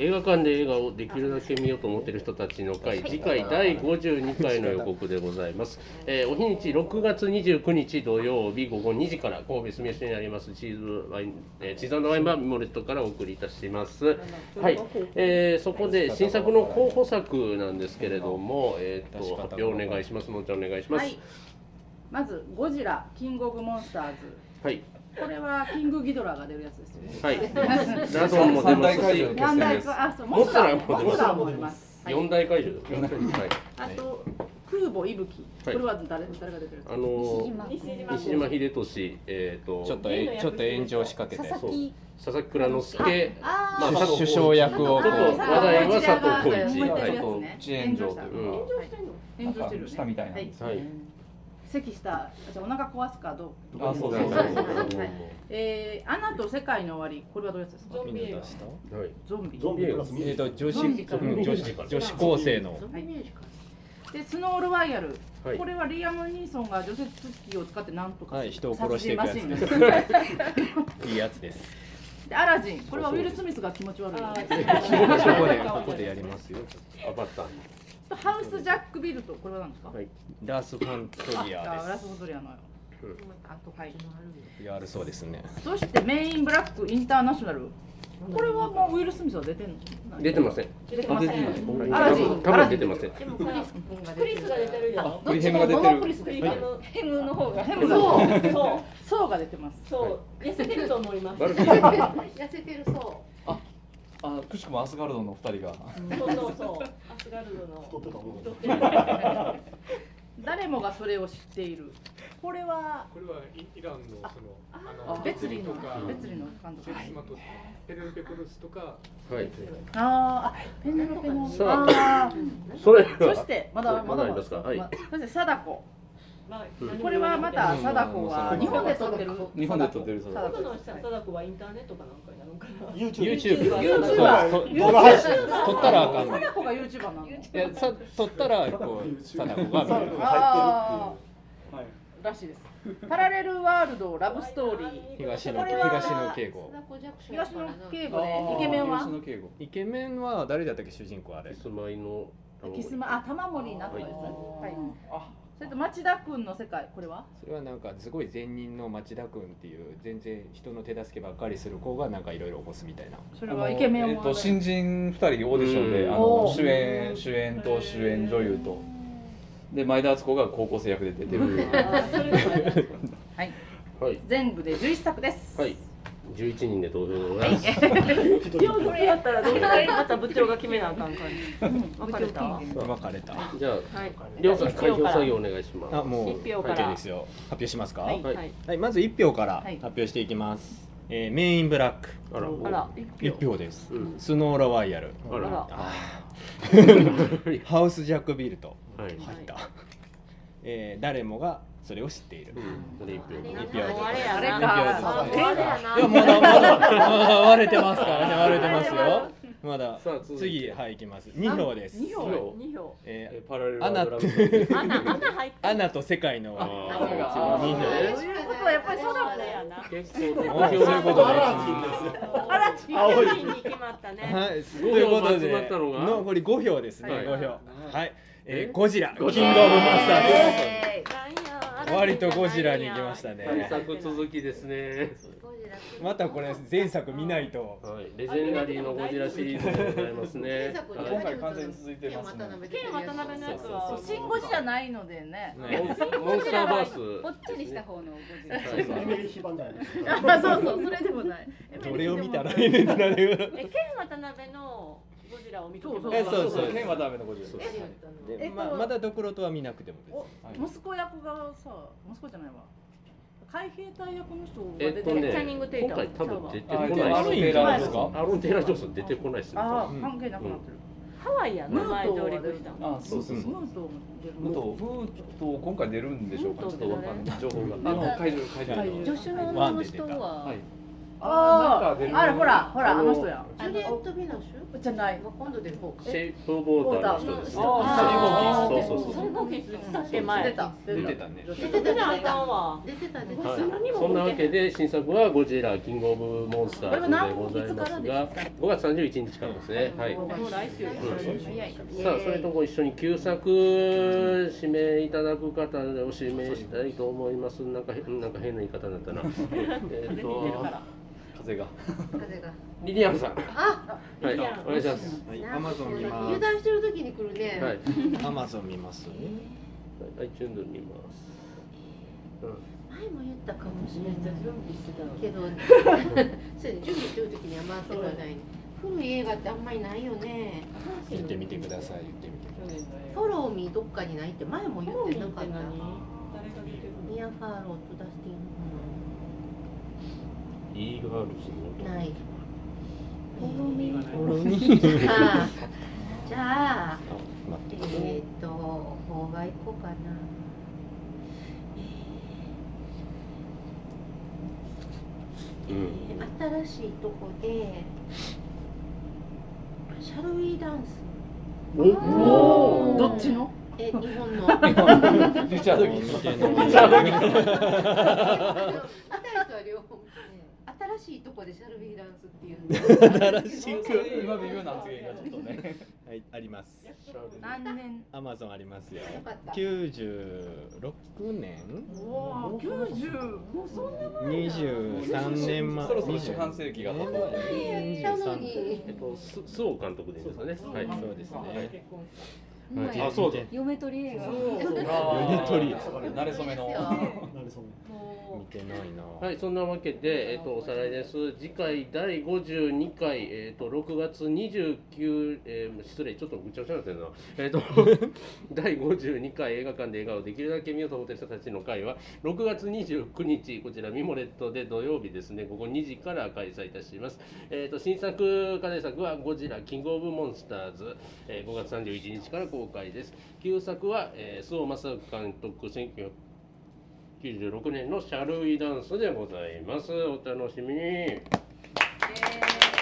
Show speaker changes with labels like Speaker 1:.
Speaker 1: 映画館で映画をできるだけ見ようと思っている人たちの会次回第52回の予告でございます、えーお日にち6月29日土曜日午後2時から神戸住吉にありますチーズワイン、えーチーズワインバーミモレットからお送りいたしますはい、えーそこで新作の候補作なんですけれども、えー、と発表お願いしますもんちゃんお願いします
Speaker 2: はい。まずゴジラ、キングオブモンスターズ。
Speaker 1: はい、
Speaker 2: これはキングギドラが出るやつですよね。
Speaker 1: はい、ラゾンも出ますし
Speaker 3: 決戦です
Speaker 2: 何台か、あ、そう、モンスターも、
Speaker 1: モ
Speaker 2: モ
Speaker 1: ンス
Speaker 2: ンス
Speaker 1: タ
Speaker 2: タ
Speaker 1: ー
Speaker 2: ー
Speaker 1: も
Speaker 2: も
Speaker 1: 出
Speaker 2: 出
Speaker 1: ま
Speaker 2: ます。はい
Speaker 1: 四大会場でございます。はい、
Speaker 2: あと、空母いぶき。こ
Speaker 1: はい
Speaker 2: れは誰、誰が出てるんです
Speaker 1: あ
Speaker 2: か。
Speaker 1: のー
Speaker 4: 西島
Speaker 1: 西島秀俊、えっ、と
Speaker 3: ちょっとえちょっと炎上しかけて
Speaker 4: 佐々木
Speaker 1: 佐々木蔵之介、
Speaker 4: あ
Speaker 1: まあ
Speaker 3: 首首相役をこ
Speaker 1: ちょっと話題は佐藤浩
Speaker 2: ち
Speaker 1: 市
Speaker 2: ょっ
Speaker 3: は
Speaker 2: と
Speaker 3: い
Speaker 2: ちょっと
Speaker 3: ちょっと炎上というう
Speaker 1: うん
Speaker 3: か
Speaker 2: 炎上してるよね。
Speaker 5: したみたいな
Speaker 2: はい。
Speaker 1: はい、
Speaker 2: 咳した、あじゃあお腹壊すかどう。
Speaker 5: あそう
Speaker 1: は
Speaker 5: そ
Speaker 1: いう
Speaker 5: そう
Speaker 2: はいえー、アナと世界の終わり、これはどういうやつですか。
Speaker 3: みんな出した
Speaker 1: はい、
Speaker 2: ゾンビ。
Speaker 6: ゾンビプラス
Speaker 3: えっと女子
Speaker 2: ゾンビか
Speaker 3: うん女子女子高生の
Speaker 2: はいで、スノーロワイヤル。
Speaker 1: はい
Speaker 2: こ、れはリアム・ニーソンが除雪機を使ってなんとか
Speaker 3: はい人を殺してい くやつ
Speaker 2: 殺人マ
Speaker 3: で
Speaker 2: シン
Speaker 3: すいいやつです
Speaker 2: でアラジンこれはウィル・スミスが気持ち悪い
Speaker 3: ここでここでやりますよ
Speaker 1: アバター、
Speaker 2: とハウス・ジャック・ビルトこれは何ですか
Speaker 1: はい
Speaker 3: ダースファントリ
Speaker 2: あラ
Speaker 3: ア
Speaker 2: スボトリアの
Speaker 1: うん
Speaker 2: あとはい
Speaker 3: ですやるそうですね
Speaker 2: そしてメイン・ブラック・インターナショナルこれはもうウィル・スミスは出てんの
Speaker 1: 出てません。
Speaker 4: 出てません
Speaker 1: はい
Speaker 2: アラジン
Speaker 1: 多分多分出てません。
Speaker 4: でもクリスクリスが出てるじゃんあ
Speaker 2: どっち
Speaker 5: ヘム
Speaker 2: も
Speaker 5: が出
Speaker 2: ど
Speaker 5: てる
Speaker 2: のクリスですか
Speaker 4: のヘムの方が
Speaker 2: ヘ
Speaker 4: そ
Speaker 2: ム
Speaker 4: う
Speaker 2: が
Speaker 4: そう
Speaker 2: そうが出てます
Speaker 4: そう痩せてると思います
Speaker 1: バルキリー、
Speaker 4: 痩せてるそ
Speaker 5: あくしくもアスガルドの二人が
Speaker 4: うそうそうそうアスガルドの
Speaker 6: ってたもん
Speaker 4: 太ってる
Speaker 2: 誰もがそれを知っているこれは
Speaker 7: これはイイランのそのあ
Speaker 2: あ
Speaker 7: の
Speaker 2: 別離の
Speaker 7: とか
Speaker 2: 別離の監督
Speaker 7: ベツマとペネロペクルスとか
Speaker 1: はい、
Speaker 2: あーあペンネロペの
Speaker 1: さあ
Speaker 2: あー
Speaker 1: それ
Speaker 2: そ
Speaker 1: は
Speaker 2: してまだ
Speaker 1: ま
Speaker 2: ま
Speaker 1: だ
Speaker 2: だ
Speaker 1: ありますかはい
Speaker 2: そして貞子
Speaker 4: まあ
Speaker 1: うん
Speaker 2: これはまた貞子は
Speaker 5: うん
Speaker 2: 日本で撮ってる
Speaker 5: 日本で撮ってるそう
Speaker 2: 貞
Speaker 4: 僕
Speaker 2: 子
Speaker 4: の貞子はインターネットかなんかになるんかな
Speaker 3: YouTube
Speaker 2: は
Speaker 3: そうと撮ったらあかんのい
Speaker 2: 貞子がユーチューバーなの
Speaker 3: やさ撮ったらこう貞子が見れる
Speaker 2: あ
Speaker 6: はい
Speaker 2: ーらしいですパラレルワールドラブストーリー
Speaker 3: 東
Speaker 2: こ
Speaker 3: の
Speaker 2: れは
Speaker 3: 東の敬語
Speaker 2: 東野圭吾でイケメンは
Speaker 5: の敬語
Speaker 3: イケメンは誰だったっけ主人公あれ
Speaker 1: キスマイの
Speaker 2: キスマあ玉森なったやつはいそれと町田君の世界これは
Speaker 3: それはなんかすごい善人の町田君っていう全然人の手助けばっかりする子がなんかいろいろ起こすみたいな
Speaker 2: それはイケメン
Speaker 5: えっと
Speaker 2: は
Speaker 5: 新人二人オーディション
Speaker 1: う
Speaker 5: で
Speaker 1: ん
Speaker 5: あ
Speaker 2: お
Speaker 5: の
Speaker 2: ー
Speaker 5: 主演主演と主演女優とで前田敦子が高校生役で出てる
Speaker 4: あそれぐらい
Speaker 1: はい
Speaker 2: 全部で11作です
Speaker 1: はい11人で投票でございます。
Speaker 4: 今日それやったらどうしたらいいまた部長が決めなあかん感じ分かれたは
Speaker 3: 別れた
Speaker 1: じゃあ
Speaker 4: い
Speaker 1: りょうさん開票作業お願いします。
Speaker 3: あもう
Speaker 4: 一票から
Speaker 3: 会計ですよ発表しますかは
Speaker 4: はいい、
Speaker 1: はい
Speaker 4: はい
Speaker 3: まず1票から
Speaker 2: はい
Speaker 3: 発表していきます、えーメインブラック
Speaker 1: あら、
Speaker 4: あら
Speaker 3: 1票です、
Speaker 1: うん
Speaker 3: スノーラワイヤル
Speaker 1: あ
Speaker 4: あら
Speaker 1: ら、
Speaker 3: あーハウスジャックビルト
Speaker 1: はい。
Speaker 3: 入った、えー誰もがそれを知っている、
Speaker 1: うん、それ一票。
Speaker 4: もうあれや
Speaker 2: あれ
Speaker 4: な
Speaker 2: か
Speaker 4: あもうあれや
Speaker 3: いや
Speaker 4: な
Speaker 3: まだまだまだ割れてますからね割れてますよまだ
Speaker 1: さあ続いて
Speaker 3: 次はい行きます2票です
Speaker 2: 二票
Speaker 3: はい
Speaker 4: 二票
Speaker 3: え
Speaker 5: パラレル
Speaker 3: ーアナと
Speaker 4: アナアナ入って
Speaker 3: アナと世界の終わ
Speaker 1: あ
Speaker 3: り
Speaker 1: ー
Speaker 4: あれが
Speaker 1: あー
Speaker 3: 二票
Speaker 2: そういうことはやっぱりそうだもんね
Speaker 1: 結構投
Speaker 3: あ
Speaker 1: 票
Speaker 3: そういうことね
Speaker 2: あらち
Speaker 4: 青いに決まったね。
Speaker 3: はい、ということで
Speaker 1: 集まったのが
Speaker 3: 残り5票ですね、
Speaker 1: はい
Speaker 3: 5票はい、えー
Speaker 1: え
Speaker 3: ゴジラキングオブモンスターズ
Speaker 4: えー
Speaker 3: 割とゴジラに行きましたね
Speaker 1: 対策続きですね。
Speaker 3: またこれ前作見ないと
Speaker 1: はい、レジェンダリーのゴジラシリーズでございますね。
Speaker 5: 今回完全に続いてますね
Speaker 4: 剣渡辺のやつは。
Speaker 2: 新ゴジじゃないのでね
Speaker 1: はいモンスターバース。
Speaker 8: ぽっちりした方のゴジラ。
Speaker 1: はい
Speaker 6: アニメ非番じゃないですか
Speaker 2: あそうそうそれでもない
Speaker 3: どれを見たらいいねんってなるよ
Speaker 4: え剣渡辺のゴジラを見て
Speaker 2: そうそう
Speaker 3: えそうそう
Speaker 5: 剣はダメのゴジラ
Speaker 1: そう
Speaker 3: で
Speaker 2: えっと
Speaker 3: ままだドクロとは見なくても別に
Speaker 2: 息子役がさ息子じゃないわ海兵隊役の人が
Speaker 1: え
Speaker 2: 出て
Speaker 1: っ
Speaker 2: る
Speaker 1: とね
Speaker 4: チャニング、テイタ
Speaker 1: 今
Speaker 4: ム
Speaker 1: 回多分出てこな
Speaker 5: あ
Speaker 1: い
Speaker 5: えっ
Speaker 1: です
Speaker 5: とアロンテイラーですか
Speaker 1: アロンテイラー・ジョンソン出てこないですね。
Speaker 2: あ
Speaker 1: 多
Speaker 2: あ
Speaker 3: ん
Speaker 2: 関係なくなってる、
Speaker 4: ハワイやな前上陸した。
Speaker 5: あそうそうそう
Speaker 2: ムートも出
Speaker 5: 武藤
Speaker 2: る
Speaker 5: 武藤今回出るんでしょうかちょっとわかんない情報があの会場会場
Speaker 8: 助手の女の人は。
Speaker 5: はい
Speaker 2: あ
Speaker 5: あ
Speaker 7: ベル
Speaker 2: あらほらほらあの人や
Speaker 6: ジュリエット・ヴィナッシ
Speaker 2: じゃない
Speaker 6: ュわ今度出る方
Speaker 1: シェイプ・オブ・ウォーターの人ですね
Speaker 4: あ
Speaker 1: そうそうそう
Speaker 4: それが大きいですね。手
Speaker 2: 出
Speaker 4: 前。
Speaker 2: た
Speaker 1: 出て
Speaker 2: た
Speaker 1: たね
Speaker 6: 出
Speaker 4: 出
Speaker 6: てた出
Speaker 4: て
Speaker 6: て
Speaker 4: なあか
Speaker 6: た
Speaker 4: んわ。
Speaker 6: 出てた出て
Speaker 1: は
Speaker 6: た
Speaker 1: い、そんなわけで新作は「ゴジラキングオブモンスターズ」でございますが5月31日からですね、はい、
Speaker 4: もう来週やから
Speaker 1: うん
Speaker 4: 早いから
Speaker 1: さあそれとご一緒に旧作指名いただく方を指名したいと思いますなんかへなんか変な言い方だったなえっと
Speaker 5: 風が
Speaker 6: 風が
Speaker 1: リリアンさん
Speaker 6: あ
Speaker 1: はい
Speaker 4: リリアン
Speaker 1: お願いします
Speaker 3: はい
Speaker 6: なんか
Speaker 3: Amazon 見ま
Speaker 6: 油断してる時に来るね、
Speaker 1: はい
Speaker 3: す Amazon 見ます、
Speaker 1: iTunes 見ます
Speaker 6: 前も言ったかもしれない けどそうやね準備してる時には回ってこない古い映画ってあんまりないよね
Speaker 3: 見てみてください言ってみて
Speaker 6: フォローミーどっかにないって前も言ってなかったミア・ファーローとダスティン・
Speaker 1: E ガールズの
Speaker 6: ホーマンない
Speaker 7: ほ
Speaker 6: じゃ あじゃあ
Speaker 3: 待って
Speaker 6: えっ、ー、と方が行こうかなえー新しいとこでシャルウィーダンス
Speaker 1: お
Speaker 2: どっちの
Speaker 6: え日本の
Speaker 5: リチャードギ
Speaker 3: 見
Speaker 5: ー
Speaker 3: ての
Speaker 6: 新しいとは両方新しいとこでシャルウィーダンスって いうの
Speaker 5: 今微妙な発言がちょっとね
Speaker 3: はいあります
Speaker 2: 何年
Speaker 3: Amazon ありますよ
Speaker 6: よかった
Speaker 3: 96年
Speaker 2: おお90もうそんな
Speaker 3: 23年前
Speaker 5: そろそろ四半世紀が経って
Speaker 6: 前やったのに
Speaker 1: えっとす須尾監督でいいんですかねはい
Speaker 3: そうですね
Speaker 1: はいあそうだ
Speaker 8: 嫁取り映画
Speaker 5: あー
Speaker 3: 嫁取り
Speaker 5: 慣れ初め の
Speaker 3: 見てないな
Speaker 1: はい、そんなわけで、えっと、おさらいです。次回第52回、えっと、6月29、えー失礼、ちょっとぐちゃぐちゃになってるな。えっと、 第52回映画館で映画をできるだけ見ようと思ってる人たちの会は、6月29日、こちらミモレットで土曜日ですね、午後2時から開催いたします。えっと、新作、課題作は、ゴジラ、キングオブモンスターズ、えー5月31日から公開です。旧作は、えー、須尾正幸監督、1900 96年のシャルウィダンスでございます。お楽しみに。
Speaker 8: えー